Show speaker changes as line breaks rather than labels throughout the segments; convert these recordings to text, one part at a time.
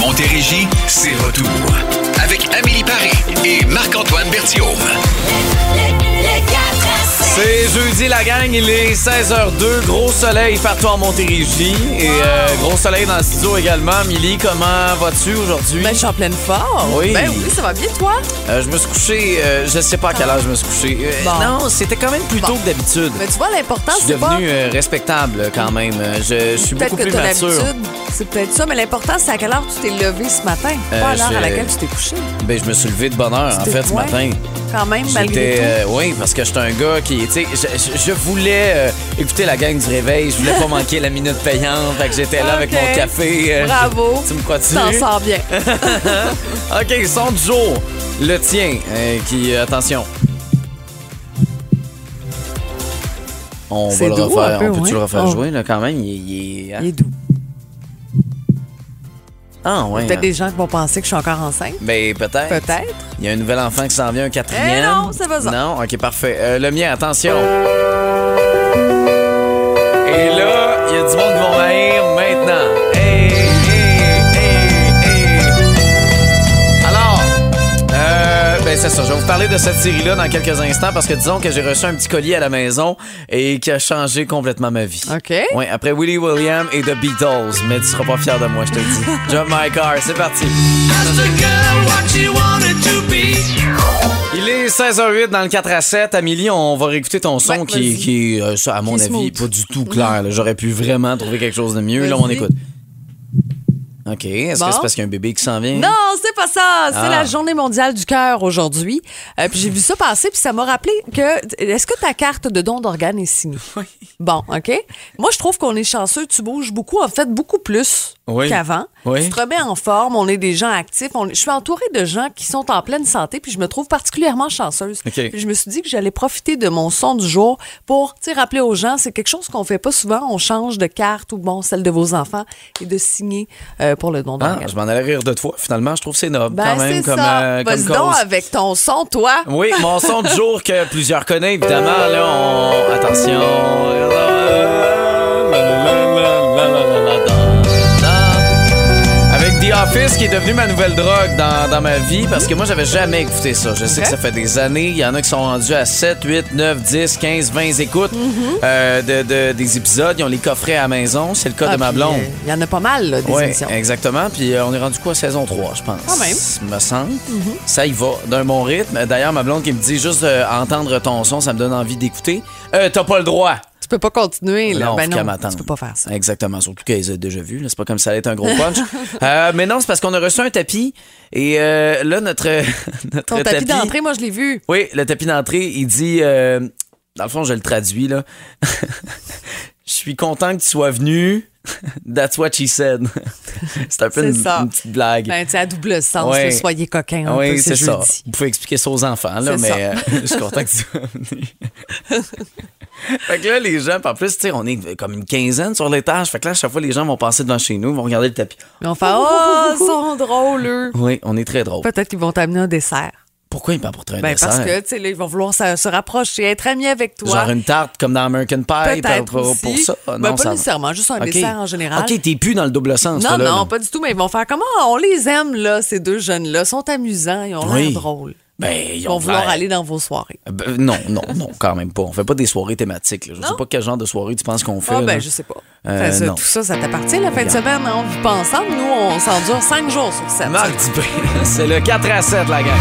Montérégie, c'est retour. Avec Amélie Paris et Marc-Antoine Berthiaume.
C'est jeudi, la gang, il est 16h02, gros soleil partout en Montérégie et euh, gros soleil dans le studio également. Milly, comment vas-tu aujourd'hui?
Ben, je suis en pleine forme.
Oui.
Ben oui, ça va bien, toi?
Euh, je me suis couché, euh, je sais pas à quelle heure je me suis couché. Euh,
Bon.
Non, c'était quand même plus
Bon.
tôt que d'habitude.
Mais Ben, tu vois, l'important,
Je suis
c'est pas...
devenu euh, respectable quand même. Euh, Je, je suis
Peut-être
beaucoup
que
plus
t'as
mature.
l'habitude. C'est peut-être ça, mais l'important, c'est à quelle heure tu t'es levé ce matin,
Euh,
pas à l'heure
je-
à laquelle tu t'es couché.
Ben, je me suis levé de bonne heure, en
T'es-
fait, ce
ouais,
matin.
Quand même, malgré
J'étais,
tout.
euh, oui, parce que j'étais un gars qui, tu sais, je, je- je voulais euh, écouter la gang du réveil, je voulais pas manquer la minute payante, fait que j'étais là avec
Ok.
mon café. euh,
Bravo.
Tu me crois-tu?
Tu t'en sors bien.
OK, son du jour, le tien, euh, qui, euh, attention. On va
C'est
le
doux,
refaire,
un peu,
on peut-tu
ouais.
le refaire
Oh.
jouer, là, quand même? Il, est- hein? il est-
Il est doux.
Ah, ouais.
Peut-être des gens qui vont penser que je suis encore enceinte.
Ben, peut-être.
Peut-être.
Il y a un nouvel enfant qui s'en vient, un quatrième.
Eh non, c'est pas ça.
Non, ok, parfait. Euh, le mien, attention. Et là, il y a du monde qui vont m'haïr maintenant. Eh, Hey, hey, hey, hey. eh. Alors, euh, ben c'est ça. Je vais vous parler de cette série-là dans quelques instants parce que disons que j'ai reçu un petit collier à la maison et qui a changé complètement ma vie.
OK.
Oui, après Willie William et The Beatles. Mais tu seras pas fier de moi, je te le dis. Jump my car, c'est parti. Il est 16h08 dans le 4 à 7. Amélie, on va réécouter ton son
Ouais,
qui,
vas-y.
qui est, euh, ça, à mon
Qui est
avis,
smooth.
pas du tout clair. là. J'aurais pu vraiment trouver quelque chose de mieux. Là, on
Vas-y.
écoute. OK. Est-ce que
Bon.
c'est parce qu'il y a un bébé qui s'en vient?
Non, c'est pas ça. C'est
Ah.
la journée mondiale du cœur aujourd'hui. Euh, puis j'ai vu ça passer, puis ça m'a rappelé que est-ce que ta carte de don d'organes est signée? Oui. Bon, OK. Moi, je trouve qu'on est chanceux. Tu bouges beaucoup, en fait, beaucoup plus
Oui.
qu'avant.
Oui.
Tu te remets en forme. On est des gens actifs. On- Je suis entourée de gens qui sont en pleine santé, puis je me trouve particulièrement chanceuse.
OK.
Puis je me suis dit que j'allais profiter de mon son du jour pour tu sais, rappeler aux gens, c'est quelque chose qu'on fait pas souvent. On change de carte ou bon, celle de vos enfants et de signer euh, pour le don
Ah,
d'organes.
je m'en allais rire de toi. Finalement, je trouve que c'est noble
Ben,
quand même
c'est
comme,
ça.
euh, comme
Vas-y
cause.
donc avec ton son, toi.
Oui, mon son du jour que plusieurs connaissent, évidemment. Là, on... Attention. Avec The Office, qui est devenu ma nouvelle drogue dans, dans ma vie, parce que moi, j'avais jamais écouté ça. Je sais que ça fait des années. Il y en a qui sont rendus à 7, 8, 9, 10, 15, 20 écoutes euh, de, de- des épisodes. Ils ont les coffrets à la maison. C'est le cas
Ah,
de ma
puis,
blonde.
euh, Il y en a pas mal, là, des
Oui,
émissions.
exactement. Puis euh, on est rendu quoi, saison 3, je pense.
Quand même.
Me semble. Ça y va, d'un bon rythme. D'ailleurs, ma blonde qui me dit juste euh, entendre ton son, ça me donne envie d'écouter. Euh, t'as pas le droit.
Tu peux pas continuer, là.
Non,
ben
faut qu'elle
non,
m'attende.
tu peux pas faire ça.
Exactement, surtout qu'elles ont déjà vu. là. C'est pas comme si ça allait être un gros punch. Euh, mais non, c'est parce qu'on a reçu un tapis. Et euh, là, notre, notre
Ton tapis d'entrée, moi, je l'ai vu.
oui, le tapis d'entrée, il dit. euh, dans le fond, je le traduis, là. Je suis content que tu sois venu. That's what she said. c'est un peu
C'est
une,
ça.
une petite blague.
Ben, tu sais, à double sens,
Ouais.
là, soyez coquin. un peu,
oui,
c'est
c'est ça.
jeudi.
Vous pouvez expliquer ça aux enfants, là,
C'est
mais
ça.
euh, je suis content que tu sois venu. fait que là, les gens, puis en plus, tu sais, on est comme une quinzaine sur l'étage. Fait que là, à chaque fois, les gens vont passer devant chez nous, vont regarder le tapis.
Mais on fait, oh, ils sont drôles, eux.
Oui, on est très drôle.
Peut-être qu'ils vont t'amener un dessert.
Pourquoi ils m'apporteraient un
Ben,
dessert?
parce que, tu sais, là, ils vont vouloir se, se rapprocher, être amis avec toi.
Genre une tarte comme dans American Pie
Peut-être
pour, pour-
aussi.
pour ça.
Ben, pas
ça va.
nécessairement, juste un
Ok.
dessert en général.
OK, t'es plus dans le double sens.
Non,
toi, là,
non,
là.
pas du tout, mais ils vont faire comment? On les aime, là, ces deux jeunes-là. Ils sont amusants, ils ont
Oui.
l'air drôles.
Ben, ils
Ils
ont
vont vouloir
l'air-
aller dans vos soirées.
Euh, ben, non, non, non, quand même pas. On fait pas des soirées thématiques. là. Je sais pas quel genre de soirée tu penses qu'on fait.
Ah,
là.
ben, je sais pas.
Euh,
Ça, ça,
non.
tout ça, ça t'appartient la fin de semaine. hein? On vit pas ensemble. Nous, on s'endure cinq jours sur sept.
Marc Dubé, c'est le 4 à 7, la gang.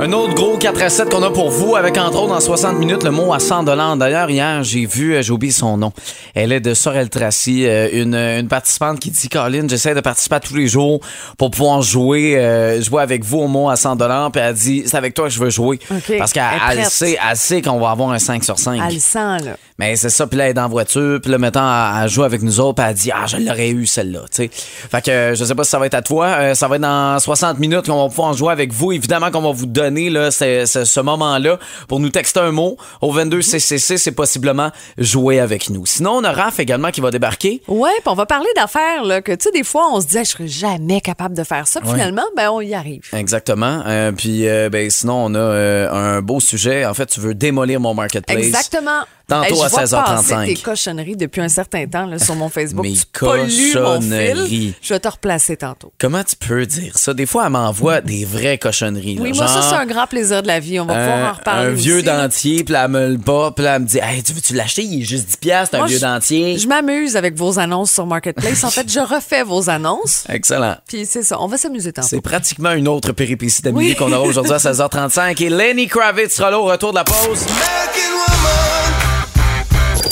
Un autre gros 4 à 7 qu'on a pour vous, avec entre autres dans 60 minutes le mot à 100 D'ailleurs, hier, j'ai vu, euh, j'ai oublié son nom. Elle est de Sorel Tracy, euh, une, une participante qui dit Colin, j'essaie de participer à tous les jours pour pouvoir jouer, euh, jouer avec vous au mot à 100 Puis elle dit C'est avec toi que je veux jouer.
OK.
Parce qu'elle
Elle est
elle
prête.
sait, elle sait qu'on va avoir un 5 sur 5.
Elle le sent, là.
Mais c'est ça, puis là, elle est dans la voiture, puis là, maintenant, elle, elle joue avec nous autres, puis elle dit, ah, je l'aurais eu, celle-là, tu sais. Fait que euh, je sais pas si ça va être à toi, Euh, ça va être dans 60 minutes qu'on va pouvoir en jouer avec vous. Évidemment qu'on va vous donner, là, ce, ce- ce moment-là pour nous texter un mot au 22 CCC, c'est possiblement jouer avec nous. Sinon, on a Raph également qui va débarquer.
Ouais, puis on va parler d'affaires, là, que, tu sais, des fois, on se dit, Ah, je serais jamais capable de faire ça. Puis
Ouais.
Finalement, ben, on y arrive.
Exactement. Euh, puis, euh, ben, sinon, on a euh, un beau sujet. En fait, tu veux démolir mon marketplace.
Exactement.
Tantôt à
je vois passer
16h35.
tes cochonneries depuis un certain temps là, sur mon Facebook.
Mes
tu pollues mon
cochonneries.
fil. Je vais te replacer tantôt.
Comment tu peux dire ça? Des fois, elle m'envoie des vraies cochonneries. là,
Mm. Oui, moi, ça,
genre-
c'est un grand plaisir de la vie. On va pouvoir en reparler.
un vieux
aussi, là.
dentier, puis elle me le bat, puis elle me dit Hey, tu veux-tu l'acheter Il est juste 10$, piastres, un
Moi,
vieux
je-
dentier.
Je m'amuse avec vos annonces sur Marketplace. En fait, je refais vos annonces.
Excellent.
Puis c'est ça, on va s'amuser tantôt.
C'est pratiquement une autre péripétie d'Amélie
Ah, Oui.
qu'on aura aujourd'hui à 16h35. Et Lenny Kravitz sera là au retour de la pause.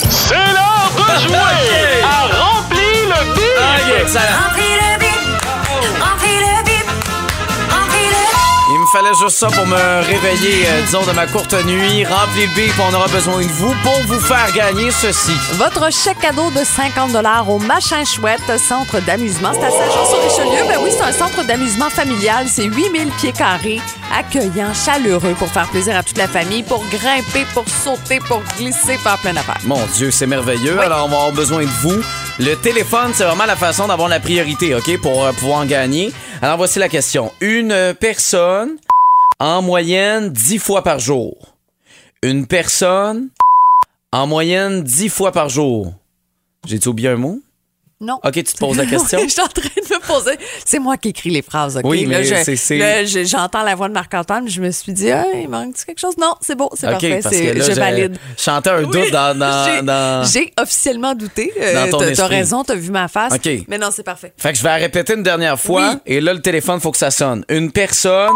C'est l'heure de jouer à remplir le bide.
Excellent.
Remplis le bip, remplis le bip, remplis le
Il me fallait juste ça pour me réveiller, euh, disons, de ma courte nuit. Remplis le bip, on aura besoin de vous pour vous faire gagner ceci.
Votre chèque cadeau de 50 au Machin Chouette, centre d'amusement. C'est à Saint-Jean-sur-Richelieu. Ben oui, c'est un centre d'amusement familial. C'est 8000 pieds carrés, accueillant, chaleureux pour faire plaisir à toute la famille, pour grimper, pour sauter, pour glisser, faire plein d'affaires.
Mon Dieu, c'est merveilleux. Alors, on va avoir besoin de vous. Le téléphone, c'est vraiment la façon d'avoir la priorité, OK, pour euh, pouvoir en gagner. Alors, voici la question. Une euh, personne, en moyenne, 10 fois par jour. Une personne, en moyenne, 10 fois par jour. J'ai-tu oublié un mot?
Non.
OK, tu te poses la question?
Oui, je suis en train de me poser. C'est moi qui écris les phrases, OK?
Oui, mais
Là, je-
c'est- c'est-
là, je- J'entends la voix de Marc-Antoine, je me suis dit, Ah, il manque-tu quelque chose? Non, c'est beau, c'est
OK,
parfait,
parce que
c'est-
là,
je
j'ai-
valide.
je chantais un doute dans... dans-
J'ai-
dans-
J'ai officiellement douté. Euh,
Dans ton
t'as- T'as
esprit.
raison, t'as vu ma face.
OK.
Mais non, c'est parfait.
Fait que je vais la répéter une dernière fois.
Oui.
Et là, le téléphone, faut que ça sonne. Une personne,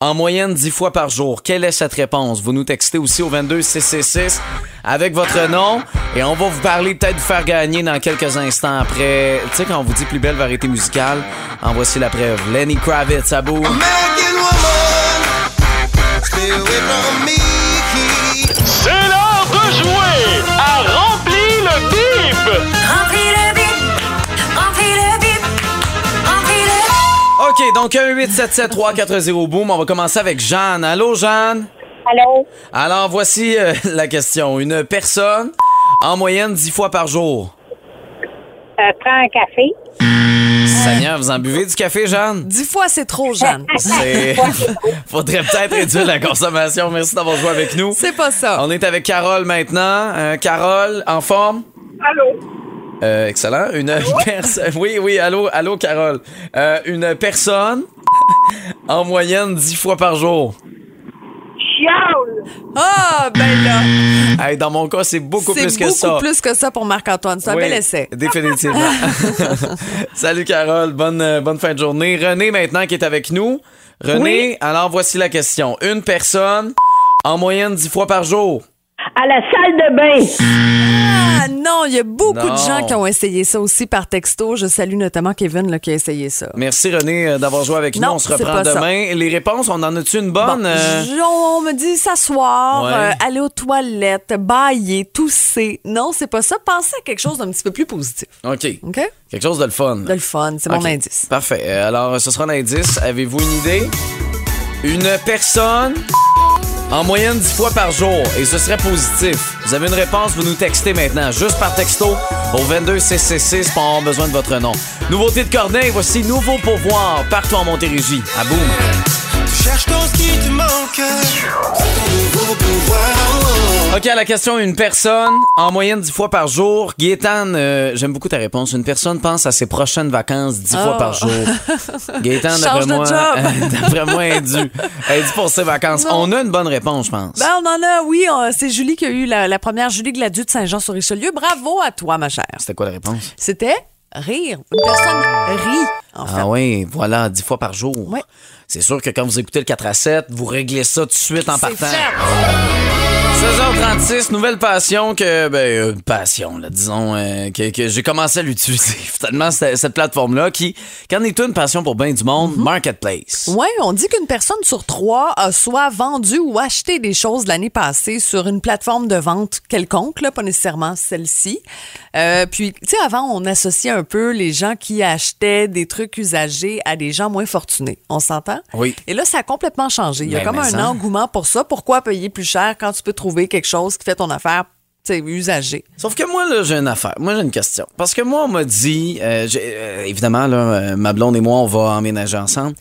en moyenne 10 fois par jour. Quelle est cette réponse? Vous nous textez aussi au 22666 avec votre nom. Et on va vous parler, peut-être vous faire gagner dans quelques instants après. Tu sais, quand on vous dit plus belle variété musicale, en voici la preuve. Lenny Kravitz, ça bouge.
C'est l'heure de jouer à remplir le bide.
bip, remplis le bip, remplis le bip, remplis le bip.
OK, donc 1-877-340-BOOM. On va commencer avec Jeanne. Allô, Jeanne?
Allô?
Alors, voici euh, la question. Une personne, en moyenne 10 fois par jour.
Euh, prends un café.
Seigneur, vous en buvez du café, Jeanne?
Dix fois, c'est trop, Jeanne.
C'est... Faudrait peut-être réduire la consommation. Merci d'avoir joué avec nous.
c'est pas ça.
On est avec Carole maintenant. Euh, Carole, en forme?
Allô?
Euh, excellent. Une personne... Oui, oui, allô, allô, Carole. Euh, une personne, en moyenne, 10 fois par jour.
Chiale!
Ah, ben là,
Hey, dans mon cas, c'est beaucoup
c'est
plus que
beaucoup
ça.
plus que ça pour Marc-Antoine. C'est un
Oui,
bel essai.
Définitivement. Salut Carole, bonne, euh, bonne fin de journée. René maintenant qui est avec nous. René, alors voici la question. Une personne en moyenne 10 fois par jour.
À la salle de bain.
Ah non, il y a beaucoup
Non.
de gens qui ont essayé ça aussi par texto. Je salue notamment Kevin là, qui a essayé ça.
Merci René euh, d'avoir joué avec nous.
Non,
On se
c'est
reprend
pas ça.
demain. Les réponses, on en a-tu une
Bon,
bonne? euh?
je- on me dit s'asseoir,
Ouais.
euh, aller aux toilettes, bailler, tousser. Non, c'est pas ça. Pensez à quelque chose d'un petit peu plus positif.
OK.
OK?
Quelque chose de le fun.
De le fun, c'est mon
Ok,
indice.
Parfait. Euh, Alors, ce sera un indice. Avez-vous une idée? Une personne en moyenne 10 fois par jour. Et ce serait positif. Vous avez une réponse, vous nous textez maintenant. Juste par texto au 22666 pour avoir besoin de votre nom. Nouveauté de Corneille, voici Nouveau Pourvoir partout en Montérégie. À boum!
Cherche ton ce qui te manque. Nouveau pouvoir.
OK, à la question, une personne en moyenne 10 fois par jour. Gaétan, euh, j'aime beaucoup ta réponse. Une personne pense à ses prochaines vacances 10 fois
Oh.
par jour. Gaétan, d'après
Change de
moi,
job.
d'après moi, est dû. Est dû pour ses vacances.
Non.
On a une bonne réponse, je pense.
Ben, on en a, oui, on- c'est Julie qui a eu la, la première Julie Gladu de Saint-Jean-sur-Richelieu. Bravo à toi, ma chère.
C'était quoi la réponse?
C'était rire. Une personne rit, en fait.
Ah oui, voilà, 10 fois par jour.
Ouais.
C'est sûr que quand vous écoutez le 4 à 7, vous réglez ça tout de suite en
C'est
partant.
fait.
16h36, nouvelle passion que, ben, euh, passion, là, disons, euh, que, que j'ai commencé à l'utiliser, finalement, cette, cette plateforme-là, qui, qu'en est une passion pour bien du monde,
Mm-hmm.
Marketplace.
Oui, on dit qu'une personne sur trois a soit vendu ou acheté des choses l'année passée sur une plateforme de vente quelconque, là, pas nécessairement celle-ci. Euh, puis, tu sais, avant, on associait un peu les gens qui achetaient des trucs usagés à des gens moins fortunés. On s'entend?
Oui.
Et là, ça a complètement changé. Il y a
Ben,
comme
mais
un
ça.
engouement pour ça. Pourquoi payer plus cher quand tu peux trouver quelque chose qui fait ton affaire, tu sais, usagée?
Sauf que moi, là, j'ai une affaire. Moi, j'ai une question. Parce que moi, on m'a dit, euh, j'ai- euh, évidemment, là, euh, ma blonde et moi, on va emménager ensemble.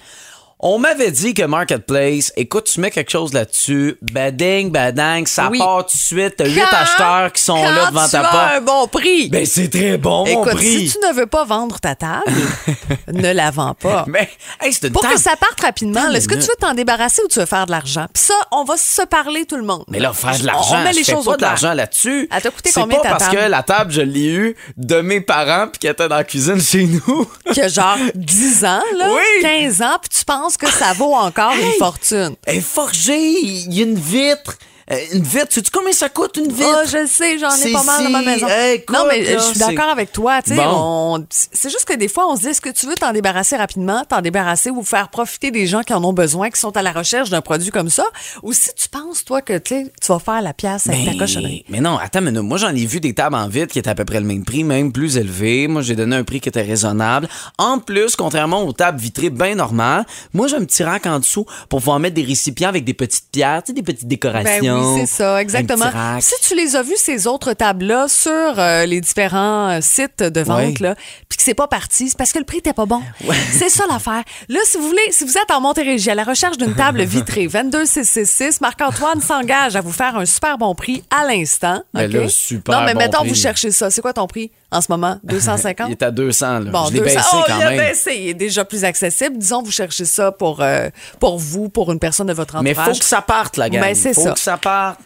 On m'avait dit que Marketplace, écoute, tu mets quelque chose là-dessus, bading, badang, ça
Oui.
part tout de suite, t'as 8
Quand-
acheteurs qui sont là
quand
devant
tu
ta
as
porte.
un bon prix.
Ben c'est très bon mon
Écoute,
prix.
si tu ne veux pas vendre ta table, ne la vends pas.
Mais hey, c'est une
Pour
table.
que ça parte rapidement,
Attends
là, est-ce que
une
tu veux t'en débarrasser ou tu veux faire de l'argent? Puis ça, on va se parler tout le monde.
Mais là, faire de
On
l'argent,
on met les
je fais
choses
pas
au
de
clair.
l'argent là-dessus.
Elle t'a coûté
C'est
combien,
pas
ta
parce
table?
que la table, je l'ai eue de mes parents puis qu'elle était dans la cuisine chez nous.
Que genre 10 ans, là,
Oui.
15 ans, puis tu penses que ça vaut encore une
Hey.
fortune.
Elle est forgée, il y a une vitre. Euh, Une vitre, sais-tu combien ça coûte une vitre?
Ah, je le sais, j'en ai
C'est
pas mal dans ma
si-
maison.
Hey, écoute,
non, mais
là,
je suis
c'est-
d'accord avec toi. tu sais,
Bon.
on- C'est juste que des fois, on se dit est-ce que tu veux t'en débarrasser rapidement, t'en débarrasser ou faire profiter des gens qui en ont besoin, qui sont à la recherche d'un produit comme ça? Ou si tu penses, toi, que tu sais, tu vas faire la pièce avec ta cochonnerie?
Ben, mais non, attends, mais moi j'en ai vu des tables en vitre qui étaient à peu près le même prix, même plus élevé. Moi j'ai donné un prix qui était raisonnable. En plus, contrairement aux tables vitrées bien normales, moi j'ai un petit rack en dessous pour pouvoir mettre des récipients avec des petites pierres, tu sais, des petites
Ben
décorations.
oui, c'est
Un
ça,
petit
exactement.
rack.
Si tu les as vus, ces autres tables-là, sur euh, les différents euh, sites de vente,
Ouais.
là, puis que c'est pas parti, c'est parce que le prix était pas bon. C'est ça l'affaire. Là, si vous voulez, si vous êtes en Montérégie à la recherche d'une table vitrée 22666, Marc-Antoine s'engage à vous faire un super bon prix à l'instant.
Ben
OK?
là, super
Non, mais
bon
mettons,
prix.
vous cherchez ça. C'est quoi ton prix en ce moment? 250?
Il est à 200, là.
Bon,
je l'ai
200.
baissé
Oh,
quand
il a
même.
baissé. Il est déjà plus accessible. Disons, vous cherchez ça pour, euh, pour vous, pour une personne de votre
Mais
entourage.
faut que ça parte, la gang.
Ben, c'est
faut
ça.
que ça parte.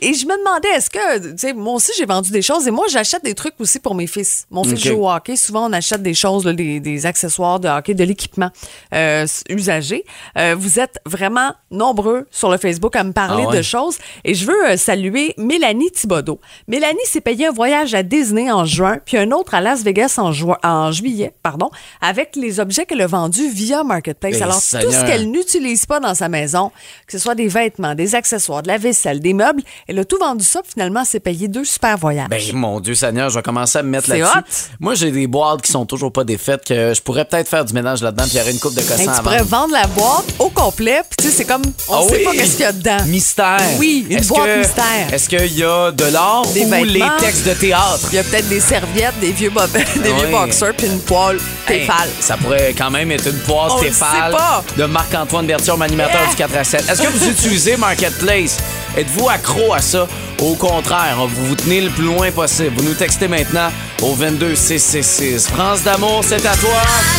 Et je me demandais, est-ce que, tu sais, moi aussi, j'ai vendu des choses et moi, j'achète des trucs aussi pour mes fils. Mon fils
Ok.
joue au hockey. Souvent, on achète des choses, là, des, des accessoires de hockey, de l'équipement euh, s- usagé. Euh, vous êtes vraiment nombreux sur le Facebook à me parler
Ah ouais?
de choses et je veux euh, saluer Mélanie Thibodeau. Mélanie s'est payé un voyage à Disney en juin, puis un autre à Las Vegas en, juin- en juillet, pardon, avec les objets qu'elle a vendus via Marketplace.
Eh,
Alors, tout
Seigneur.
ce qu'elle n'utilise pas dans sa maison, que ce soit des vêtements, des accessoires, de la vaisselle, des meubles. Elle a tout vendu ça, puis finalement, s'est payé deux super voyages.
Ben, mon Dieu Seigneur, je vais commencer à me mettre
C'est
là-dessus. Moi, j'ai des boîtes qui sont toujours pas défaites, que je pourrais peut-être faire du ménage là-dedans, puis il y aurait une coupe de
Hey,
cossins
Ben, tu
à
pourrais
vendre.
vendre la boîte au complet, puis tu sais, c'est comme, on
Ah
sait
oui!
pas qu'est-ce qu'il y a dedans.
Mystère.
Oui, une
Est-ce
boîte
que-
mystère.
Est-ce qu'il y a de l'art
Des
ou les
vêtements.
textes de théâtre?
Il y a peut-être des serviettes, des vieux, bob- des
Oui.
vieux boxers, puis une poêle
Hey,
Tefal.
ça pourrait quand même être une poire
On le
Tefal
sait pas.
de Marc-Antoine Bertium, animateur
Yeah.
du 4 à 7. Est-ce que vous utilisez Marketplace? Êtes-vous accro à ça? Au contraire, vous vous tenez le plus loin possible. Vous nous textez maintenant au 22666. France d'amour, c'est à toi.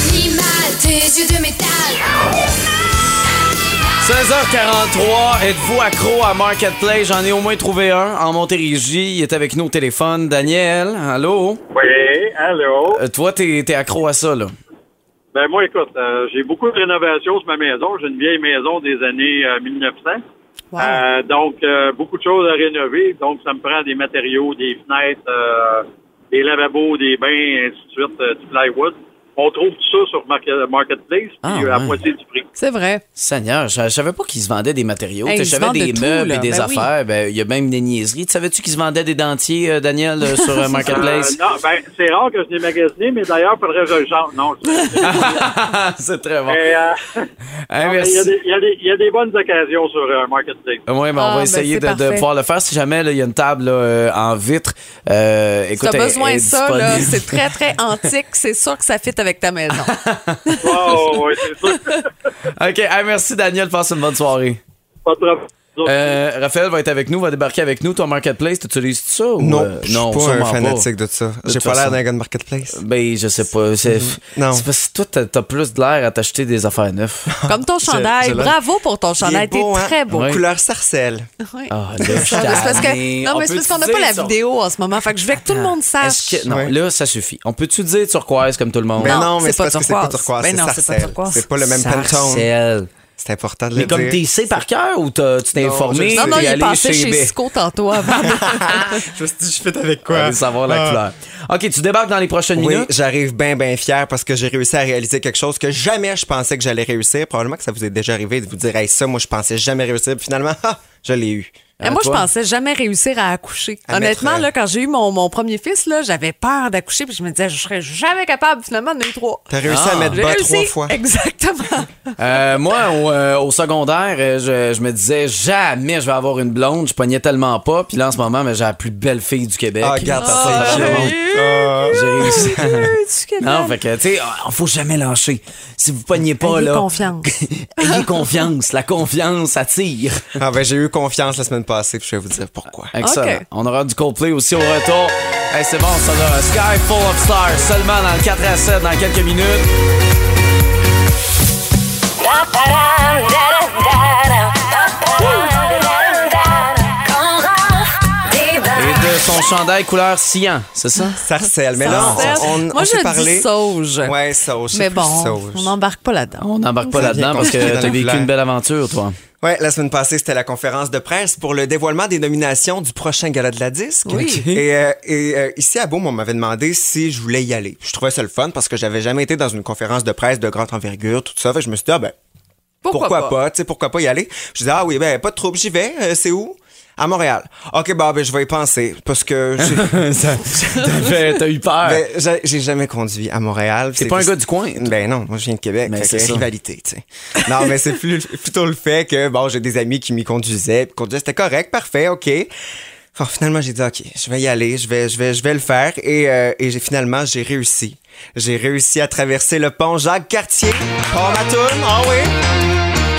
Animal, tes yeux de métal.
16h43, êtes-vous accro à Marketplace? J'en ai au moins trouvé un en Montérégie. Il est avec nous au téléphone. Daniel, allô?
Oui, allô?
Euh, toi, t'es t'es accro à ça, là?
Ben moi, écoute, euh, j'ai beaucoup de rénovations sur ma maison. J'ai une vieille maison des années euh, 1900.
Wow.
Euh, donc, euh, beaucoup de choses à rénover. Donc, ça me prend des matériaux, des fenêtres, euh, des lavabos, des bains, et ainsi de suite, euh, du plywood. On trouve tout ça sur Market- Marketplace, puis
Ah,
euh, à
ouais.
moitié du prix.
C'est vrai.
Seigneur, je, je savais pas qu'ils se vendaient des matériaux.
Hey,
Tu sais, je
ils se
savais
vendent
des
de tout,
meubles et
là.
des
Ben oui.
affaires. Ben, Il y a même des niaiseries. Tu savais-tu qu'ils se vendaient des dentiers, euh, Daniel, euh, sur euh, Marketplace?
Euh, non, ben, c'est rare que je l'ai magasiné, mais d'ailleurs, faudrait que je le change. Non, c'est-
Ah,
C'est très bon.
mais,
Hey,
euh, il y a
Ah, merci.
des- il y a des- il y, a des bonnes occasions sur euh, Marketplace.
Oui, mais on
Ah,
va
ben,
essayer
c'est
de- de,
parfait.
pouvoir le faire. Si jamais là, il y a une table là, euh, en vitre, euh, écoute,
T'as
elle-
besoin
elle
de
est
ça, là.
disponible.
C'est très, très antique. C'est sûr que ça fit avec ta maison.
Oh, ouais, c'est ça.
OK, hey, merci Daniel. Passe une bonne soirée.
Pas de problème.
Euh, Raphaël va être avec nous, va débarquer avec nous. Ton Marketplace, tu utilises ça? Ou,
Non,
euh,
je suis pas un
sûrement
fanatique de ça. J'ai
toute
pas
façon.
l'air d'un gars de marketplace.
Ben, je sais pas. C'est
Non.
c'est parce que toi, t'as- t'as plus de l'air à t'acheter des affaires neuves.
Comme ton chandail.
je l'aime.
Bravo pour ton
Il est
chandail. T'es
beau, hein?
très beau.
Ouais.
Couleur sarcelle. Ben
Oui.
Ah, là, je suis
Ah, mais c'est
tanné.
parce que, non,
On
mais c'est parce
peut-tu
qu'on n'a pas
dire
la
sur-
vidéo en ce moment. Fait que je veux que tout le monde sache.
Est-ce que- Non,
Ouais.
là, ça suffit. On peut-tu dire turquoise comme tout le monde?
Ben
Non,
non, mais
c'est
c'est
pas
parce que c'est pas turquoise,
turquoise. Ben
c'est
non, c'est pas
sarcelle.
turquoise.
C'est pas le même pantone.
Sarcelle.
C'est important de le
Mais comme t'es
dire.
sais par cœur ou t'as- tu t'es
Non,
informé?
je le
Non,
sais.
non,
t'es
il est
allé
passé
B.
chez Cisco tantôt avant.
je me suis dit, je fais avec
On va
quoi?
aller savoir la
Ah.
couleur. OK, tu débarques dans les prochaines
Oui,
minutes.
j'arrive bien, bien fier parce que j'ai réussi à réaliser quelque chose que jamais je pensais que j'allais réussir. Probablement que ça vous est déjà arrivé de vous dire, hey, ça, moi, je pensais jamais réussir. Puis finalement, ah, je l'ai eu.
Mais moi, je
toi?
pensais jamais réussir à accoucher.
À
Honnêtement,
mettre, euh,
là, quand j'ai eu mon, mon premier fils, là, j'avais peur d'accoucher, puis je me disais, je serais jamais capable, finalement, de mettre trois.
T'as réussi à mettre
J'ai
bas
réussi.
trois fois.
Exactement.
Euh, moi, au, euh, au secondaire, euh, je, je me disais jamais je vais avoir une blonde. Je pognais tellement pas. Puis là, en ce moment, mais j'ai la plus belle fille du Québec.
Ah, regarde, t'as
Ah,
fait
j'ai-
vraiment- Ah.
J'ai réussi.
Tu connais.
Non, fait que, tu sais, ah, faut jamais lâcher. Si vous pognez pas,
Ayez
là.
confiance.
ayez confiance. La confiance attire.
Ah ben j'ai eu confiance la semaine passée, puis je vais vous dire pourquoi.
Excellent.
Ok.
On aura du Coldplay aussi au retour. Hey, c'est bon, ça là. Sky Full of Stars, seulement dans le 4 à 7 dans quelques minutes. Et de son chandail couleur cyan, c'est ça?
Sarcelle, mais là,
Sarcelle.
on, on,
Moi,
on
je
s'est
dis
parlé.
sauge.
Ouais, sauge. c'est
Mais
plus
bon,
sauge.
on n'embarque pas là-dedans.
On n'embarque pas
Ça
là-dedans
vient
parce que
compliqué dans
t'as
le
vécu
plan.
une belle aventure, toi.
Ouais, la semaine passée, c'était la conférence de presse pour le dévoilement des nominations du prochain gala de la disque.
Oui.
Et, euh, et, euh, ici à Beaume, on m'avait demandé si je voulais y aller. Je trouvais ça le fun parce que j'avais jamais été dans une conférence de presse de grande envergure, tout ça. Fait que je me suis dit, ah ben, pourquoi, pas, tu sais, pourquoi pas y aller? Je dis, ah oui, ben, pas de trouble, j'y vais. Euh, c'est où? À Montréal. OK, bah, ben, je vais y penser parce que j'ai-
T'as fait- t'as eu peur.
ben, j'ai- j'ai jamais conduit à Montréal.
T'es pas un
plus-
gars du coin, toi.
Ben non, moi, je viens de Québec.
Mais
fait
c'est
que
ça.
rivalité, tu sais. Non, mais c'est plus- plutôt le fait que, bon, j'ai des amis qui m'y conduisaient. Puis conduisaient, c'était correct, parfait, OK. Enfin, finalement, j'ai dit, OK, je vais y aller, je vais, je vais, je vais le faire. Et, euh, et j'ai finalement, j'ai réussi. J'ai réussi à traverser le pont Jacques-Cartier. Oh, ma toune, oh oui.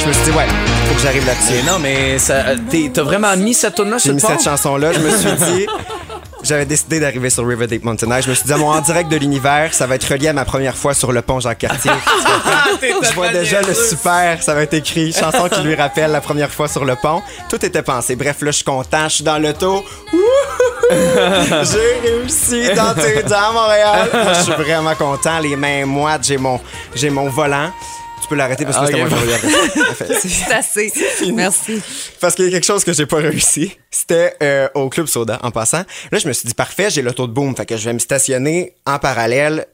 Je me suis dit, ouais, faut que j'arrive là-dessus.
Mais non, mais ça- t'es- t'as vraiment mis cette tune-là
J'ai
sur le
mis
pont?
cette chanson-là, je me suis dit. J'avais décidé d'arriver sur River Deep Mountain High. Je me suis dit, mon en direct de l'univers, ça va être relié à ma première fois sur le pont Jean-Cartier.
Ah,
je vois déjà le super, ça va être écrit. Chanson qui lui rappelle la première fois sur le pont. Tout était pensé. Bref, là, je suis content, je suis dans l'auto. Wouhou! j'ai réussi dans tes dents, Montréal. Je suis vraiment content. Les mains moites, j'ai mon, j'ai mon volant. Tu peux l'arrêter parce que
Ah,
c'était
ok.
moi qui regardais. Parfait.
C'est assez. Merci.
Parce qu'il y a quelque chose que j'ai pas réussi. C'était euh, au Club Soda, en passant. Là, je me suis dit, parfait, j'ai l'auto de boom. Fait que je vais me stationner en parallèle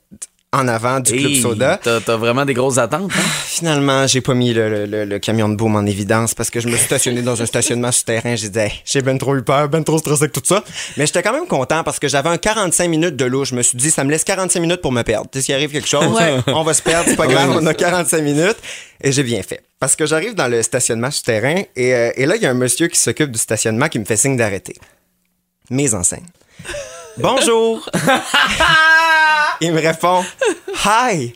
en avant du Club
Hey,
Soda.
T'as t'as vraiment des grosses attentes. hein?
Finalement, j'ai pas mis le, le- le- le camion de boom en évidence parce que je me suis stationné dans un stationnement souterrain. J'ai dit, Hey, j'ai ben trop eu peur, ben trop stressé avec tout ça. Mais j'étais quand même content parce que j'avais un 45 minutes de l'eau. Je me suis dit, ça me laisse 45 minutes pour me perdre. Tu sais, S'il arrive quelque chose, on va se perdre, c'est pas grave, on a 45 minutes. Et j'ai bien fait. Parce que j'arrive dans le stationnement souterrain et, euh, et là, il y a un monsieur qui s'occupe du stationnement qui me fait signe d'arrêter. Mise en scène. Bonjour! il me répond Hi!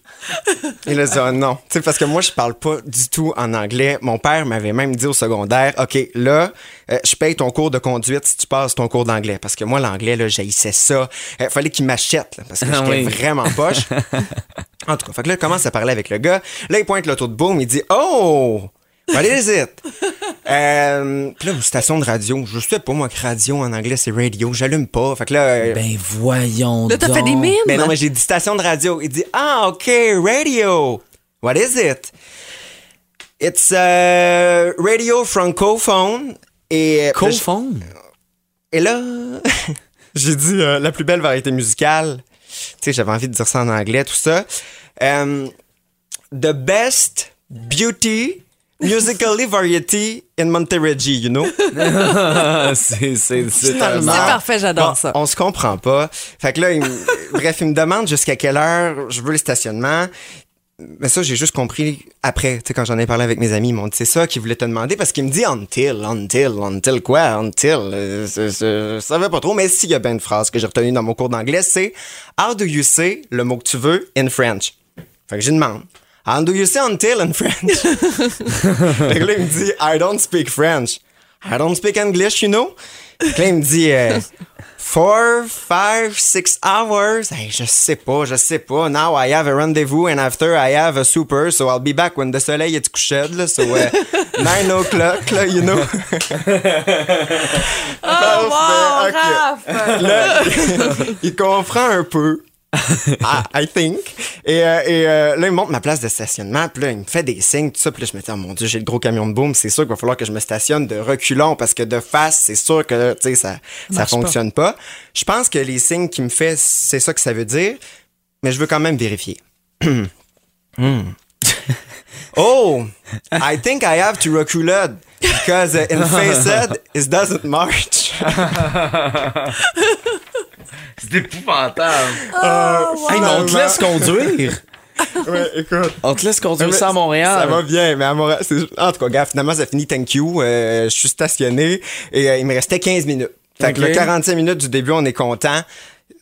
Il a dit Ah non. Tu sais, parce que moi, je parle pas du tout en anglais. Mon père m'avait même dit au secondaire OK, là, euh, je paye ton cours de conduite si tu passes ton cours d'anglais. Parce que moi, l'anglais, là, j'haïssais ça. Il fallait qu'il m'achète, là, parce que
Ah
j'étais
oui.
vraiment poche. en tout cas, fait que là, il commence à parler avec le gars. Là, il pointe l'auto de boom. Il dit Oh! What is it? Euh, Puis là, une station de radio. Je sais pas, moi, que radio en anglais, c'est radio. J'allume pas. Fait que là. euh,
Ben voyons
Là, t'as
donc.
fait des mimes.
mais Ben non, mais j'ai dit station de radio. Il dit Ah, OK, radio. What is it? It's euh, radio francophone. Et, euh,
Cophone?
et là, j'ai dit euh, la plus belle variété musicale. Tu sais, j'avais envie de dire ça en anglais, tout ça. Euh, the best beauty musically variety in Monterrey, you know?
Ah, c'est c'est- c'est
Finalement.
tellement-
C'est parfait, j'adore
Bon,
ça.
On se comprend pas. Fait que là, il me- bref, il me demande jusqu'à quelle heure je veux le stationnement. Mais ça, j'ai juste compris après, tu sais, quand j'en ai parlé avec mes amis, ils m'ont dit, c'est ça qu'ils voulaient te demander parce qu'il me dit until, until, until quoi, until. euh, c'est- c'est- Je savais pas trop, mais s'il y a bien une phrase que j'ai retenue dans mon cours d'anglais, c'est How do you say le mot que tu veux in French? Fait que je lui demande. How do you say until in French? Fait que là, il me dit, I don't speak French. I don't speak English, you know? Fait que là, il me dit, euh, four, five, six hours. Hey, je sais pas, je sais pas. Now I have a rendezvous and after I have a super, so I'll be back when the soleil est couché, là. So, euh, nine o'clock, là, you know?
Oh,
Parfait, ok.
Raph!
Là, Euh, il comprend un peu. Ah, I think. Et, euh, et, euh, là, il me montre ma place de stationnement. Puis là, il me fait des signes, tout ça. Puis là, je me dis, oh mon Dieu, j'ai le gros camion de boom. C'est sûr qu'il va falloir que je me stationne de reculons parce que de face, c'est sûr que tu sais, ça ça fonctionne pas. Je pense que les signes qu'il me fait, c'est ça que ça veut dire. Mais je veux quand même vérifier. Hmm. oh, I think I have to reculade. because uh, in said it doesn't march.
C'est épouvantable.
Euh,
Hey, mais on te
finalement.
laisse conduire.
Ouais, écoute.
On te laisse conduire
Mais
ça à Montréal.
Ça va bien, mais à Montréal. c'est- En tout cas, gars, finalement, ça finit thank you. Euh, je suis stationné et euh, il me restait 15 minutes. Fait que
Ok.
le 45 minutes du début, on est content.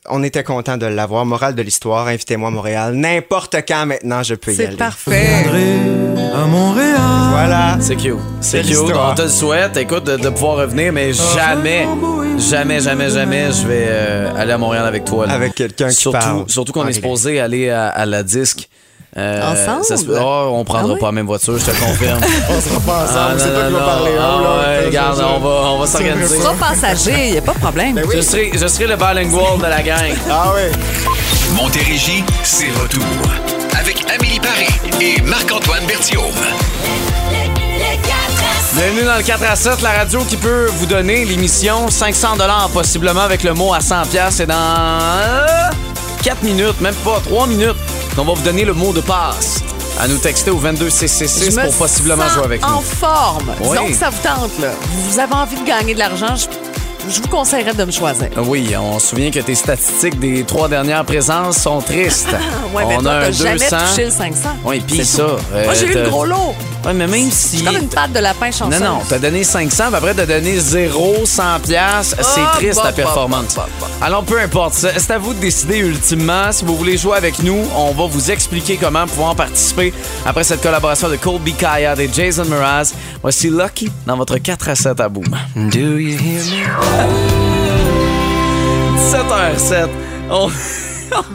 On était content de l'avoir. Morale de l'histoire, invitez-moi à Montréal. N'importe quand maintenant, je peux y aller.
C'est parfait.
À Montréal. Voilà.
C'est cute. C'est
Belle
cute.
histoire.
On te le souhaite, écoute, de, de pouvoir revenir, mais jamais, jamais, jamais, jamais, je vais euh, aller à Montréal avec toi. là.
Avec quelqu'un qui
Surtout-
parle.
Surtout qu'on
En
est supposé aller à, à la disque. Euh,
Ensemble?
ça se peut- oh, on prendra
Ah oui?
pas la même voiture, je te confirme.
On sera pas
Ah,
ensemble.
non,
C'est toi
non,
qui vas
non.
parler.
Ah,
Oh, là,
ouais,
je-
regarde,
je-
on va, on va s'organiser.
vrai
Sois passager, y a pas de problème.
Je serai, je serai le bilingual de la gang.
Ah ouais.
Montérégie, c'est retour. Avec Amélie Paris et Marc-Antoine Bertiaume.
Bienvenue dans le 4 à 7, la radio qui peut vous donner l'émission 500 possiblement avec le mot à 100 pièces et dans euh, 4 minutes, même pas 3 minutes, on va vous donner le mot de passe. À nous texter au
Je
22666
me
pour possiblement
sens
jouer avec
En
nous.
forme.
Oui.
Donc, ça vous tente, là. Vous avez envie de gagner de l'argent, je, je vous conseillerais de me choisir.
Oui, on se souvient que tes statistiques des trois dernières présences sont tristes.
Ouais, mais
on
toi,
a un
t'as
200.
jamais touché le 500.
Oui, puis
C'est
ça.
tout.
euh,
Moi, j'ai eu
t'as-
le gros lot.
Ouais, mais même si.
C'est comme une patte de lapin chanceuse.
Non, non, t'as donné 500, puis après t'as donné 0, 100 piastres.
Ah,
C'est triste
bah,
ta
bah,
performance.
bah, bah,
Alors, peu importe, c'est c'est à vous de décider ultimement. Si vous voulez jouer avec nous, on va vous expliquer comment pouvoir participer après cette collaboration de Colby Kayad et Jason Mraz. Voici Lucky dans votre 4 à 7 à boom. 17h07. On...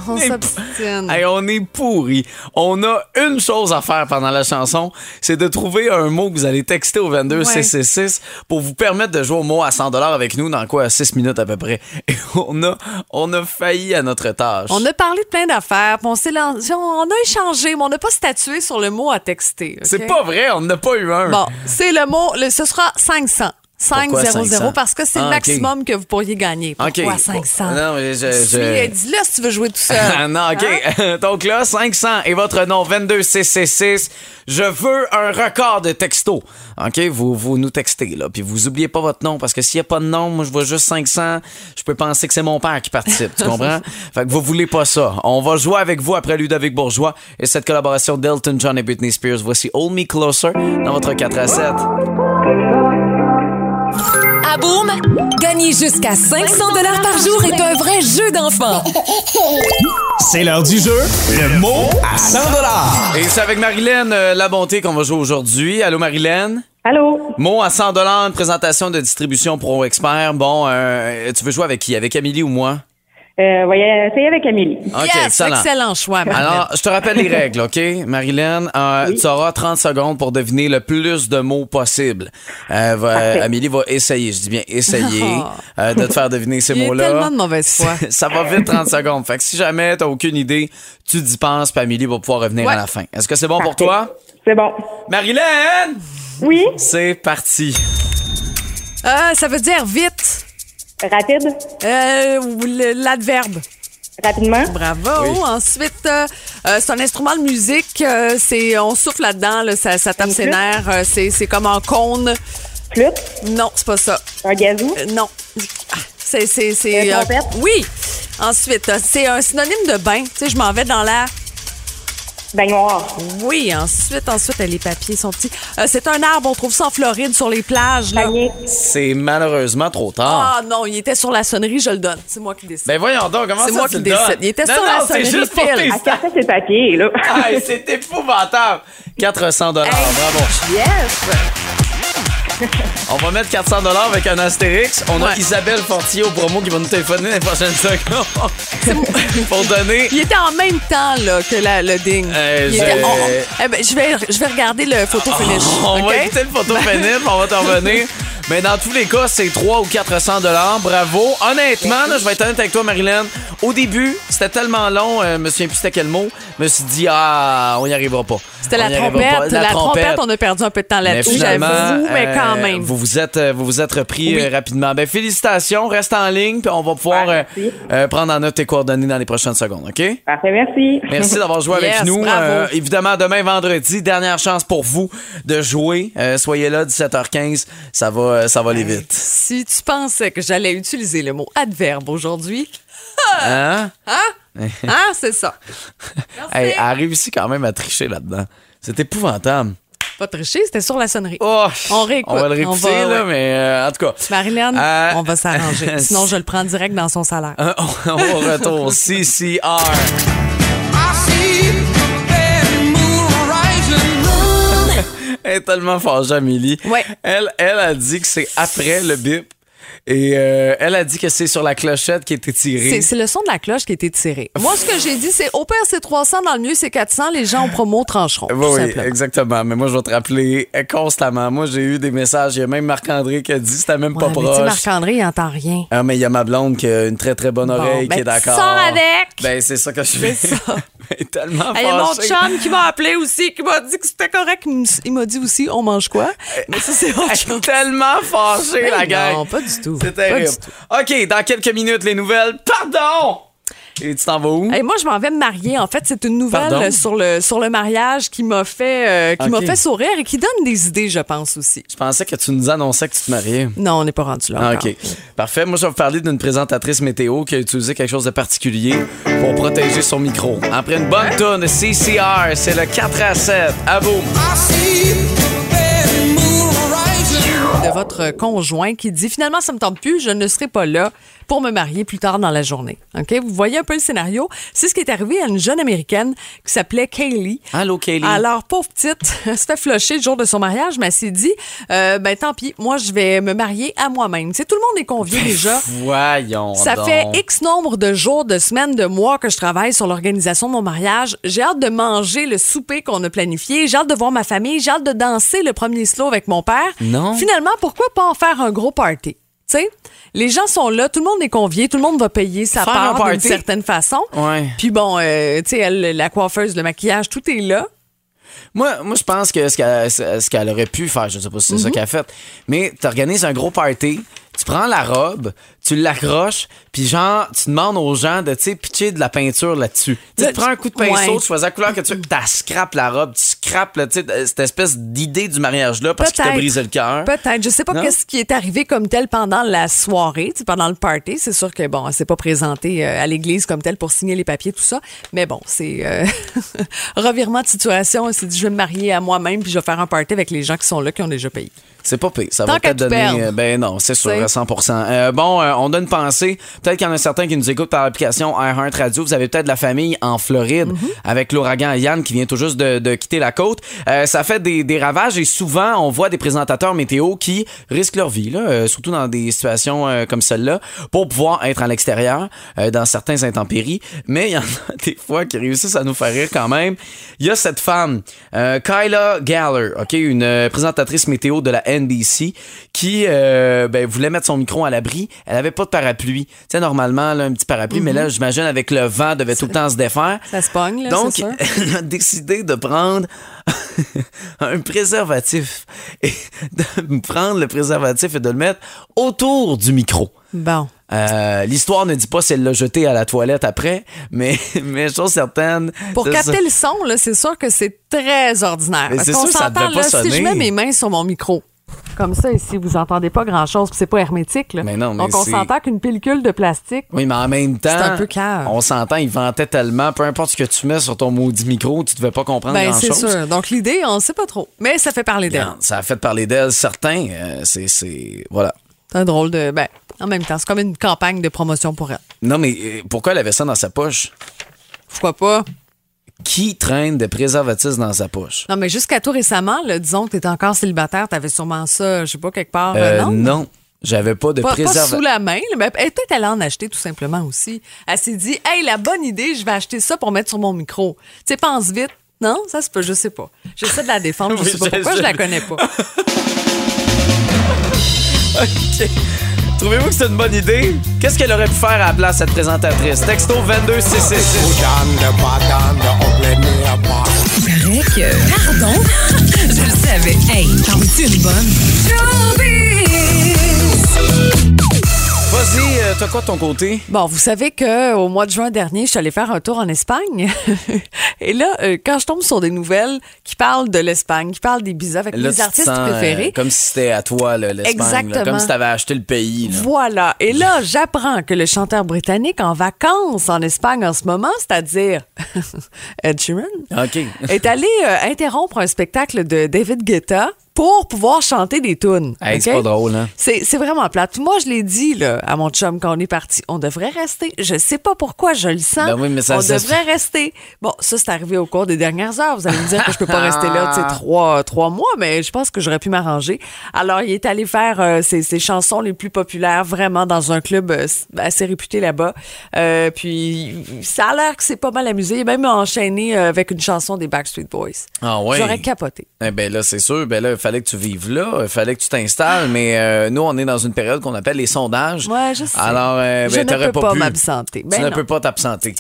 On
est-
s'obstine.
Hey, on est pourri. On a une chose à faire pendant la chanson, c'est de trouver un mot que vous allez texter au 22 CC6 pour vous permettre de jouer au mot à 100 avec nous dans quoi 6 minutes à peu près. Et on a on a failli à notre tâche.
On a parlé de plein d'affaires, puis on, s'est lancé- on a échangé, mais on n'a pas statué sur le mot à texter. ok?
C'est pas vrai, on n'a pas eu un.
Bon, c'est le mot, le- ce sera 500. 500,
Pourquoi 500?
parce que c'est
Ah,
le
ok.
maximum que vous pourriez gagner.
Ok.
Pourquoi 500?
Non, mais je-
Suis- euh,
je-
Dis-le si tu veux jouer tout seul.
Ah, non,
Hein?
OK. Donc là, 500 et votre nom 22666. Je veux un record de texto. OK, vous, vous nous textez, là. Puis vous oubliez pas votre nom, parce que s'il n'y a pas de nom, moi, je vois juste 500. Je peux penser que c'est mon père qui participe, tu comprends? fait que vous voulez pas ça. On va jouer avec vous après Ludovic Bourgeois et cette collaboration d'Elton John et Britney Spears. Voici Hold Me Closer dans votre 4 à 7.
À Boom, gagner jusqu'à 500 dollars par jour est un vrai jeu d'enfant.
C'est l'heure du jeu. Le mot à 100
Et c'est avec Marilyn euh, La Bonté qu'on va jouer aujourd'hui. Allô, Marilyn?
Allô?
Mot à 100 une présentation de distribution Pro Expert. Bon, euh, tu veux jouer avec qui? Avec Amélie ou moi?
Euh, voyez, essayez avec Amélie.
OK,
Yes, excellent choix, Marilyn.
Alors, je te rappelle les règles, OK? Marilyn, euh, tu auras 30 secondes pour deviner le plus de mots possible. Euh, va-
Ah,
Amélie va essayer, je dis bien essayer, euh, de te faire deviner ces
Oh. Il y a
mots-là.
tellement de mauvaise foi.
Ça va vite 30 secondes. Fait que si jamais t'as aucune idée, tu t'y penses, puis Amélie va pouvoir revenir à
Ouais.
la fin. Est-ce que c'est bon pour
Parfait.
toi?
C'est bon.
Marilyn!
Oui?
C'est parti.
Euh, ça veut dire vite.
Rapide?
Euh, ou le- L'adverbe.
Rapidement?
Bravo.
Oui.
Ensuite, euh, euh, c'est un instrument de musique. euh, c'est on souffle là-dedans, là, ça, ça tape
Mhm.
ses
flûte?
nerfs. euh, c'est c'est comme en cône.
Flûte?
Non, c'est pas ça.
Un gazou?
Euh, non. Ah, C'est c'est c'est.
Une
euh,
trompette?
oui. Ensuite, euh, c'est un synonyme de bain. Tu sais, je m'en vais dans la.
Baignoire?
Oui. Ensuite, ensuite, euh, les papiers sont petits. Euh, c'est un arbre. On trouve ça en Floride sur les plages. Là.
Panier?
C'est malheureusement trop tard.
Ah non, il était sur la sonnerie. Je le donne. C'est moi qui décide.
Ben voyons donc, comment
C'est
ça
moi
tu le
qui
donnes?
décide. Il était
non,
sur
non,
la
c'est
sonnerie
juste pour
pile.
tes
À
stats.
Ah, Ça, c'est papier, là.
Hey, c'est épouvantable. 400 dollars, ah, bravo.
Yes!
On va mettre 400 dollars avec un astérix. On a Isabelle Fortier au promo qui va nous téléphoner dans les prochaines secondes pour donner.
Il était en même temps là, que la- le ding.
Euh,
Il
je-
était- on- on- eh ben, je, vais, je vais regarder le photo finish.
On
OK?
va écouter le photo pénible, on va t'en revenir. Mais dans tous les cas, c'est 3 ou 400 dollars. Bravo. Honnêtement, là, je vais être honnête avec toi, Marilyn. Au début, c'était tellement long, euh, je me souviens plus c'était quel mot. Je me suis dit, ah, on y arrivera pas.
C'était
On
la
y arrivera pas.
trompette. La, trompette. on a perdu un peu de temps
Mais
là-dessus,
finalement,
Ben, j'avoue, mais quand
euh,
même.
Vous vous êtes, euh, vous vous êtes repris
Oui.
euh, rapidement. Ben, félicitations, reste en ligne, puis on va pouvoir euh, euh, prendre en note tes coordonnées dans les prochaines secondes, OK?
Parfait, merci.
Merci d'avoir joué
Yes,
avec nous. Euh,
bravo.
évidemment, demain vendredi, dernière chance pour vous de jouer. Euh, soyez là, 17h15, ça va, euh, ça va aller vite.
Si tu pensais que j'allais utiliser le mot adverbe aujourd'hui,
Hein?
hein? Hein, c'est ça.
Hey, elle a réussi quand même à tricher là-dedans. C'est épouvantable.
Pas triché, c'était sur la sonnerie.
Oh.
on réécoute.
On va le réécouter,
va-
là,
ouais.
mais euh, en tout cas.
Marilyn,
Euh,
on va s'arranger. Sinon, je le prends direct dans son salaire.
Euh, on on retourne. CCR. Elle est tellement fâchée, Amélie. Elle, elle a dit que c'est après le bip. Et euh, elle a dit que c'est sur la clochette qui était tirée.
C'est c'est le son de la cloche qui a été tiré. Moi, ce que j'ai dit, c'est au pire, c'est 300, dans le mieux, c'est 400. Les gens en promo trancheront.
Oui,
tout
oui,
simplement.
exactement. Mais moi, je vais te rappeler euh, constamment. Moi, j'ai eu des messages. Il y a même Marc-André qui a dit c'était même pas
Ouais, mais tu sais,
proche.
Marc-André, il entend rien.
Ah, mais il y a ma blonde qui a une très, très bonne
Bon,
oreille
ben,
qui est d'accord.
sors avec!
Ben, c'est ça que je fais.
C'est ça.
Elle est tellement
Il y a mon
fâchée.
chum qui m'a appelé aussi, qui m'a dit que c'était correct. Il me- Il m'a dit aussi, on mange quoi? Mais ça, c'est autre chose.
tellement fâchée, Euh, la gang.
Ben Non, pas du tout.
C'est terrible. OK, dans quelques minutes, les nouvelles. Pardon! Et tu t'en vas où?
Et moi, je m'en vais me marier. En fait, c'est une
Mmh. Pardon?
nouvelle sur le, sur le mariage qui m'a fait, euh, qui
Ok.
m'a fait sourire et qui donne des idées, je pense aussi.
Je pensais que tu nous annonçais que tu te mariais.
Non, on n'est pas rendu là.
Ah,
encore.
OK. Parfait. Moi, je vais vous parler d'une présentatrice météo qui a utilisé quelque chose de particulier pour protéger son micro. Après une
Hein?
bonne tourne, CCR, c'est le 4 à 7. À vous.
De votre conjoint qui dit finalement, ça me tente plus, je ne serai pas là pour me marier plus tard dans la journée. OK? Vous voyez un peu le scénario. C'est ce qui est arrivé à une jeune américaine qui s'appelait Kaylee.
Allô, Ah, Kaylee.
Alors, pauvre petite, elle s'est fait flusher le jour de son mariage, mais elle s'est dit, euh, ben tant pis, moi, je vais me marier à moi-même. Tu sais, tout le monde est
Ben,
convié déjà.
Voyons.
Ça
donc.
fait X nombre de jours, de semaines, de mois que je travaille sur l'organisation de mon mariage. J'ai hâte de manger le souper qu'on a planifié. J'ai hâte de voir ma famille. J'ai hâte de danser le premier slow avec mon père.
Non.
Finalement, pourquoi pas en faire un gros party? Tu sais, les gens sont là, tout le monde est convié, tout le monde va payer sa
Faire un
part d'une
party.
certaine façon.
Ouais.
Puis bon, euh, tu sais, elle, la coiffeuse, le maquillage, tout est là.
Moi, moi je pense que ce qu'elle, ce qu'elle aurait pu faire, je sais pas si c'est ça
Mhm.
qu'elle a fait, mais tu organises un gros party, tu prends la robe, tu l'accroches, puis genre, tu demandes aux gens de, tu sais, pitcher de la peinture là-dessus. Tu sais,
Là,
tu prends un coup de
ouais.
pinceau, tu choisis la couleur que tu veux, puis tu scrapes la robe, tu scrapes, là, tu sais, cette espèce d'idée du mariage-là parce qu'il t'a
Peut-être.
brisé le cœur.
Peut-être. Je sais pas
Non?
qu'est-ce qui est arrivé comme tel pendant la soirée, tu sais, pendant le party. C'est sûr que bon, elle s'est pas présentée euh, à l'église comme telle pour signer les papiers, tout ça. Mais bon, c'est euh, revirement de situation. Elle s'est dit, je vais me marier à moi-même puis je vais faire un party avec les gens qui sont là, qui ont déjà payé.
C'est pas pire. Ça
Tant
va
qu'à
peut-être
tout
donner.
perdre.
euh, Ben non, c'est sûr,
T'sais.
à 100 Euh, Bon, euh, on donne pensée. Peut-être qu'il y en a certains qui nous écoutent par l'application iHeart Radio. Vous avez peut-être de la famille en Floride
Mhm.
avec l'ouragan Yann qui vient tout juste de, de quitter la côte. Euh, ça fait des, des ravages et souvent, on voit des présentateurs météo qui risquent leur vie, là, euh, surtout dans des situations euh, comme celle-là, pour pouvoir être à l'extérieur euh, dans certains intempéries. Mais il y en a des fois qui réussissent à nous faire rire quand même. Il y a cette femme, euh, Kyla Galler, ok, une euh, présentatrice météo de la NBC, qui euh, ben, voulait mettre son micro à l'abri. Elle avait pas de parapluie. Tu sais, normalement, là, un petit parapluie, mais là, j'imagine avec le vent, devait tout le temps se défaire.
Mhm. Ça se pogne, là,
Donc,
c'est sûr.
elle a décidé de prendre un préservatif et de prendre le préservatif et de le mettre autour du micro.
Bon.
Euh, L'histoire ne dit pas si elle l'a jeté à la toilette après, mais, mais chose certaine.
Pour
c'est ça.
capter le son, là, c'est sûr que c'est très ordinaire.
Mais
Parce
c'est
qu'on
sûr, ça
s'entend,
devait pas
là, si
sonner.
je mets mes mains sur mon micro, comme ça ici, vous entendez pas grand-chose, puis c'est pas hermétique. là.
Mais non, mais
Donc, on
c'est-
s'entend qu'une pellicule de plastique,
Oui, mais en même temps,
C'est un peu cave.
on s'entend, il ventait tellement, peu importe ce que tu mets sur ton maudit micro, tu devais pas comprendre
ben c'est
grand-chose.
sûr. Donc, l'idée, on sait pas trop. Mais ça fait parler d'elle.
Regarde, Ça a fait parler d'elle, certains. euh, c'est- c'est. Voilà.
C'est un drôle de. Ben, en même temps, c'est comme une campagne de promotion pour elle.
Non, mais euh, pourquoi elle avait ça dans sa poche?
Pourquoi pas?
Qui traîne des préservatifs dans sa poche?
Non, mais jusqu'à tout récemment, là, disons que t'étais encore célibataire, t'avais sûrement ça, je sais pas, quelque part.
Euh,
euh, non?
non, j'avais pas de
Pas, pas
préservatif.
sous la main, là, mais elle est peut-être allée en acheter tout simplement aussi. Elle s'est dit, hey, la bonne idée, je vais acheter ça pour mettre sur mon micro. Tu sais, pense vite. Non, ça se peut, je sais pas. J'essaie de la défendre, je
Oui,
sais pas
je-
pourquoi,
je-
je la connais pas.
OK. Trouvez-vous que c'est une bonne idée? Qu'est-ce qu'elle aurait pu faire à la place, cette présentatrice? Texto 22666.
Il paraît
euh,
que... Pardon? Je le savais. Hey, t'en veux-tu une bonne?
Vas-y, euh, t'as quoi de ton côté?
Bon, vous savez que au mois de juin dernier, je suis allée faire un tour en Espagne. Et là, euh, quand je tombe sur des nouvelles qui parlent de l'Espagne, qui parlent des bisous avec
Là, tu
mes
te
artistes
sens, euh,
préférés,
comme si c'était à toi, là, l'Espagne. là.
Exactement.
Comme si t'avais acheté le pays. là.
Voilà. Et là, j'apprends que le chanteur britannique en vacances en Espagne en ce moment, c'est-à-dire Ed Sheeran,
OK.
est allé euh, interrompre un spectacle de David Guetta pour pouvoir chanter des tunes.
Hey, c'est
OK?
pas drôle, hein?
C'est c'est vraiment plate. Moi, je l'ai dit là, à mon chum quand on est parti, on devrait rester. Je sais pas pourquoi, je le sens.
Ben oui, mais ça-
on
ça-
devrait rester. Bon, ça, c'est arrivé au cours des dernières heures. Vous allez me dire que je peux pas rester là, tu sais,
Ah.
trois, trois mois, mais je pense que j'aurais pu m'arranger. Alors, il est allé faire euh, ses, ses chansons les plus populaires vraiment dans un club euh, assez réputé là-bas. Euh, puis, ça a l'air que c'est pas mal amusé. Il a même enchaîné euh, avec une chanson des Backstreet Boys.
Ah ouais.
J'aurais capoté.
Eh ben là, c'est sûr. Ben là, il fallait que tu vives là, il fallait que tu t'installes. Mais euh, nous, on est dans une période qu'on appelle les sondages.
Ouais, je sais.
Alors, euh, ben,
Je ne
t'aurais
peux
pas,
pas
pu.
m'absenter. Ben
tu
non.
ne peux pas t'absenter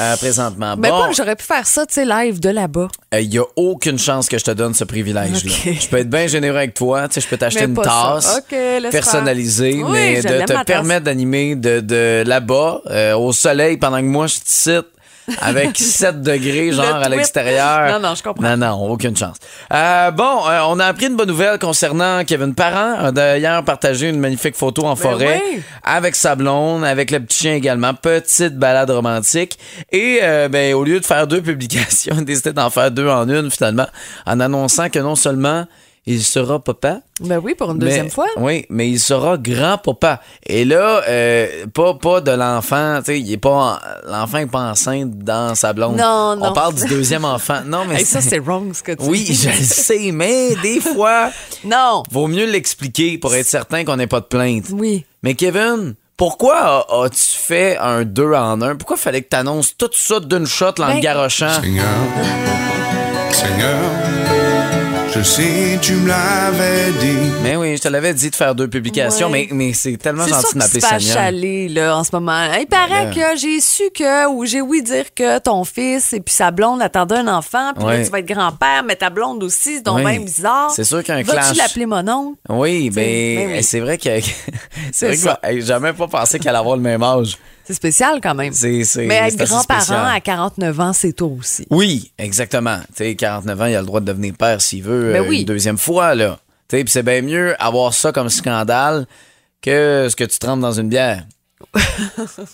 euh, présentement.
Mais
bon,
bon, j'aurais pu faire ça, tu sais, live de là-bas.
il n'y Euh, a aucune chance que je te donne ce privilège-là.
Ok.
Je peux être bien généreux avec toi. Tu sais, je peux t'acheter
Mais
une
pas ça.
tasse
Ok, laisse
personnalisée,
faire. Oui,
mais
j'aime
de
ma tasse.
te permettre d'animer de, de là-bas, euh, au soleil, pendant que moi, je te cite. Avec 7 degrés,
Le
genre, à
tweet.
l'extérieur.
Non, non, je comprends.
Non, non, aucune chance. Euh, bon, euh, on a appris une bonne nouvelle concernant Kevin Parent. a D'ailleurs, partagé une magnifique photo en forêt
Ben oui.
avec sa blonde, avec le petit chien également. Petite balade romantique. Et euh, ben, au lieu de faire deux publications, il décidait d'en faire deux en une finalement, en annonçant que non seulement il sera papa,
Ben oui, pour une deuxième
mais-
fois.
Oui, mais il sera grand-papa. Et là, euh, pas, pas de l'enfant, tu sais, il est pas en- l'enfant n'est pas enceinte dans sa blonde.
Non, non.
On parle du deuxième enfant. Non, mais
Hey, ça, c'est wrong ce que tu
Oui,
dis.
je le sais, mais des fois,
Non.
vaut mieux l'expliquer pour être certain qu'on n'ait pas de plainte.
Oui.
Mais Kevin, pourquoi a- as-tu fait un 2 en 1? Pourquoi fallait que tu annonces tout ça d'une shot là, en
Ben-
le garochant?
Seigneur, je sais, tu me l'avais dit.
Mais Ben oui, je te l'avais dit de faire deux publications,
Ouais.
mais, mais c'est tellement
C'est sûr
gentil de
que tu
m'appeler
te fais
Seigneur.
chaler, là, en ce moment. Il paraît
Ben là.
que j'ai su que, ou j'ai oui dire que ton fils et puis sa blonde attendaient un enfant, puis là,
Ouais.
tu vas être grand-père, mais ta blonde aussi, c'est donc
Oui.
même bizarre.
C'est sûr qu'il y a un
Vas-tu
clash.
l'appeler mon oncle?
Oui, ben,
ben oui.
c'est vrai que
C'est
c'est vrai que
ça.
hey, j'avais même pas pensé qu'elle allait avoir le même âge.
C'est spécial quand même.
C'est c'est
Mais être
c'est assez
grand-parent
spécial.
à 49 ans, c'est tôt aussi.
Oui, exactement. Tu sais, 49 ans, il a le droit de devenir père s'il veut
Ben
euh,
oui.
une deuxième fois là. Tu sais, puis c'est bien mieux avoir ça comme scandale que ce que tu trempes dans une bière.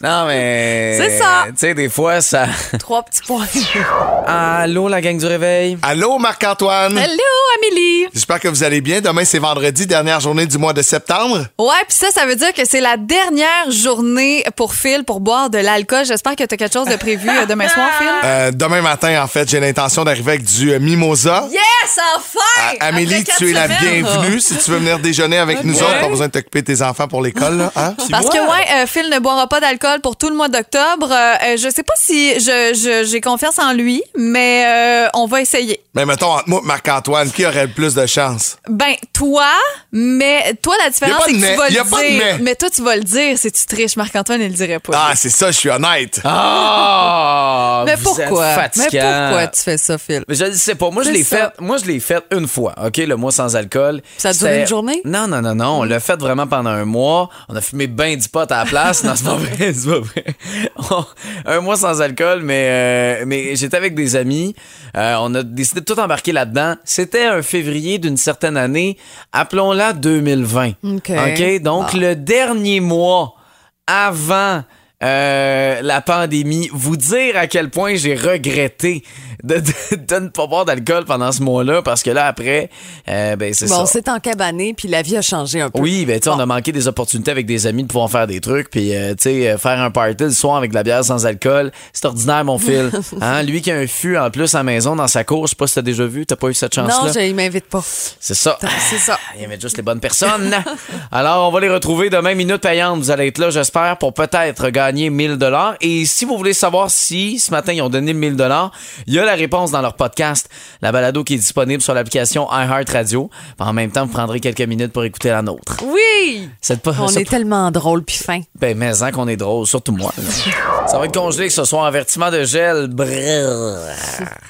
non mais
C'est ça.
Tu sais, des fois ça
Trois petits points.
Allô, la gang du réveil.
Allô, Marc-Antoine.
Hello, Amélie.
J'espère que vous allez bien. Demain, c'est vendredi, dernière journée du mois de septembre.
Ouais, puis ça, ça veut dire que c'est la dernière journée pour Phil pour boire de l'alcool. J'espère que tu as quelque chose de prévu euh, demain soir, Phil.
Euh, demain matin, en fait, j'ai l'intention d'arriver avec du euh, mimosa.
Yes, enfin!
Ah, Amélie,
Après
tu es la
quatre semaines.
bienvenue. Si tu veux venir déjeuner avec nous
Ok.
autres, pas besoin de t'occuper de tes enfants pour l'école. là, hein?
Parce que, ouais, euh, Phil ne boira pas d'alcool pour tout le mois d'octobre. Euh, euh, je sais pas si je- je- j'ai confiance en lui, mais euh, on va essayer.
Mais mettons, entre moi et Marc-Antoine, qui aurait le plus de chance?
Ben, toi, mais toi, la différence,
Y a pas
c'est
de
que tu
mais,
vas
y a
le
pas de
dire.
mais.
toi, tu vas le dire si tu triches. Marc-Antoine, il le dirait pas.
Ah, c'est ça, je suis honnête.
Ah!
Mais
vous
pourquoi?
êtes
Mais
fatigant.
pourquoi tu fais ça, Phil?
Mais Je ne sais pas. Moi, je
C'est
l'ai
ça.
fait. Moi, je l'ai fait une fois. Ok, le mois sans alcool.
Ça a duré
C'était-
une journée?
Non, non, non, non. On l'a fait vraiment pendant un mois. On a fumé ben du pot à la place. non, c'est pas vrai. c'est pas vrai. On- un mois sans alcool, mais euh, mais j'étais avec des amis. Euh, on a décidé de tout embarquer là-dedans. C'était un février d'une certaine année. Appelons-la 2020.
OK.
OK? Donc,
Bon.
le dernier mois avant euh, la pandémie, vous dire à quel point j'ai regretté de, de- de ne pas boire d'alcool pendant ce mois-là, parce que là, après, euh, ben, c'est ça.
Bon, c'est en cabané, puis la vie a changé un peu.
Oui, ben, tu sais, on a manqué des opportunités avec des amis de pouvoir faire des trucs, puis, euh, tu sais, euh, faire un party le soir avec de la bière sans alcool, c'est ordinaire, mon fil. Hein? Lui qui a un fût en plus à la maison dans sa cour, je sais pas si t'as déjà vu, t'as pas eu cette chance-là.
Non, je, il m'invite pas.
C'est ça.
Ah.
C'est ça.
Ah, Il y avait juste les bonnes personnes. Alors, on va les retrouver demain, Minute Payante. Vous allez être là, j'espère, pour peut-être gagner gagner 1000 dollars. Et si vous voulez savoir si ce matin ils ont donné 1000 dollars, il y a la réponse dans leur podcast, la balado qui est disponible sur l'application iHeartRadio. En même temps, vous prendrez quelques minutes pour écouter la nôtre.
Oui!
Cette po-
On
ce-
est tellement drôle puis fin.
Ben, mais hein, qu'on est drôle, surtout moi. là. Ça va être congelé que ce soit avertissement de gel. Brrr.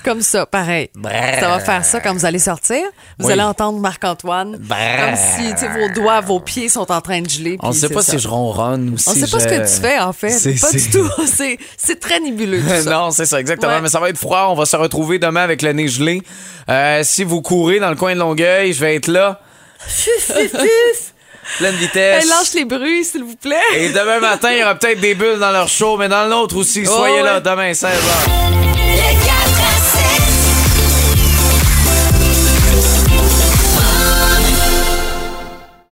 Comme ça, pareil.
Brrr.
Ça va faire ça quand vous allez sortir. Vous
Oui.
allez entendre Marc-Antoine.
Brrr.
Comme si tu sais, vos doigts, vos pieds sont en train de geler.
On
puis
sait
c'est
pas
ça.
si je ronronne ou si
On sait pas
je-
ce que tu fais, en fait.
C'est-
Pas
c'est-
du tout. C'est- C'est très nébuleux, tout ça.
non, c'est ça, exactement.
Ouais.
Mais ça va être froid. On va se retrouver demain avec le nez gelé. Euh, si vous courez dans le coin de Longueuil, je vais être là,
Fuf, fuf, fuf.
pleine vitesse.
Hey, Lâche les bruits, s'il vous plaît.
Et demain matin, il y aura peut-être des bulles dans leur show, mais dans l'autre aussi.
Oh,
Soyez là
ouais.
demain, 16h.
Le gars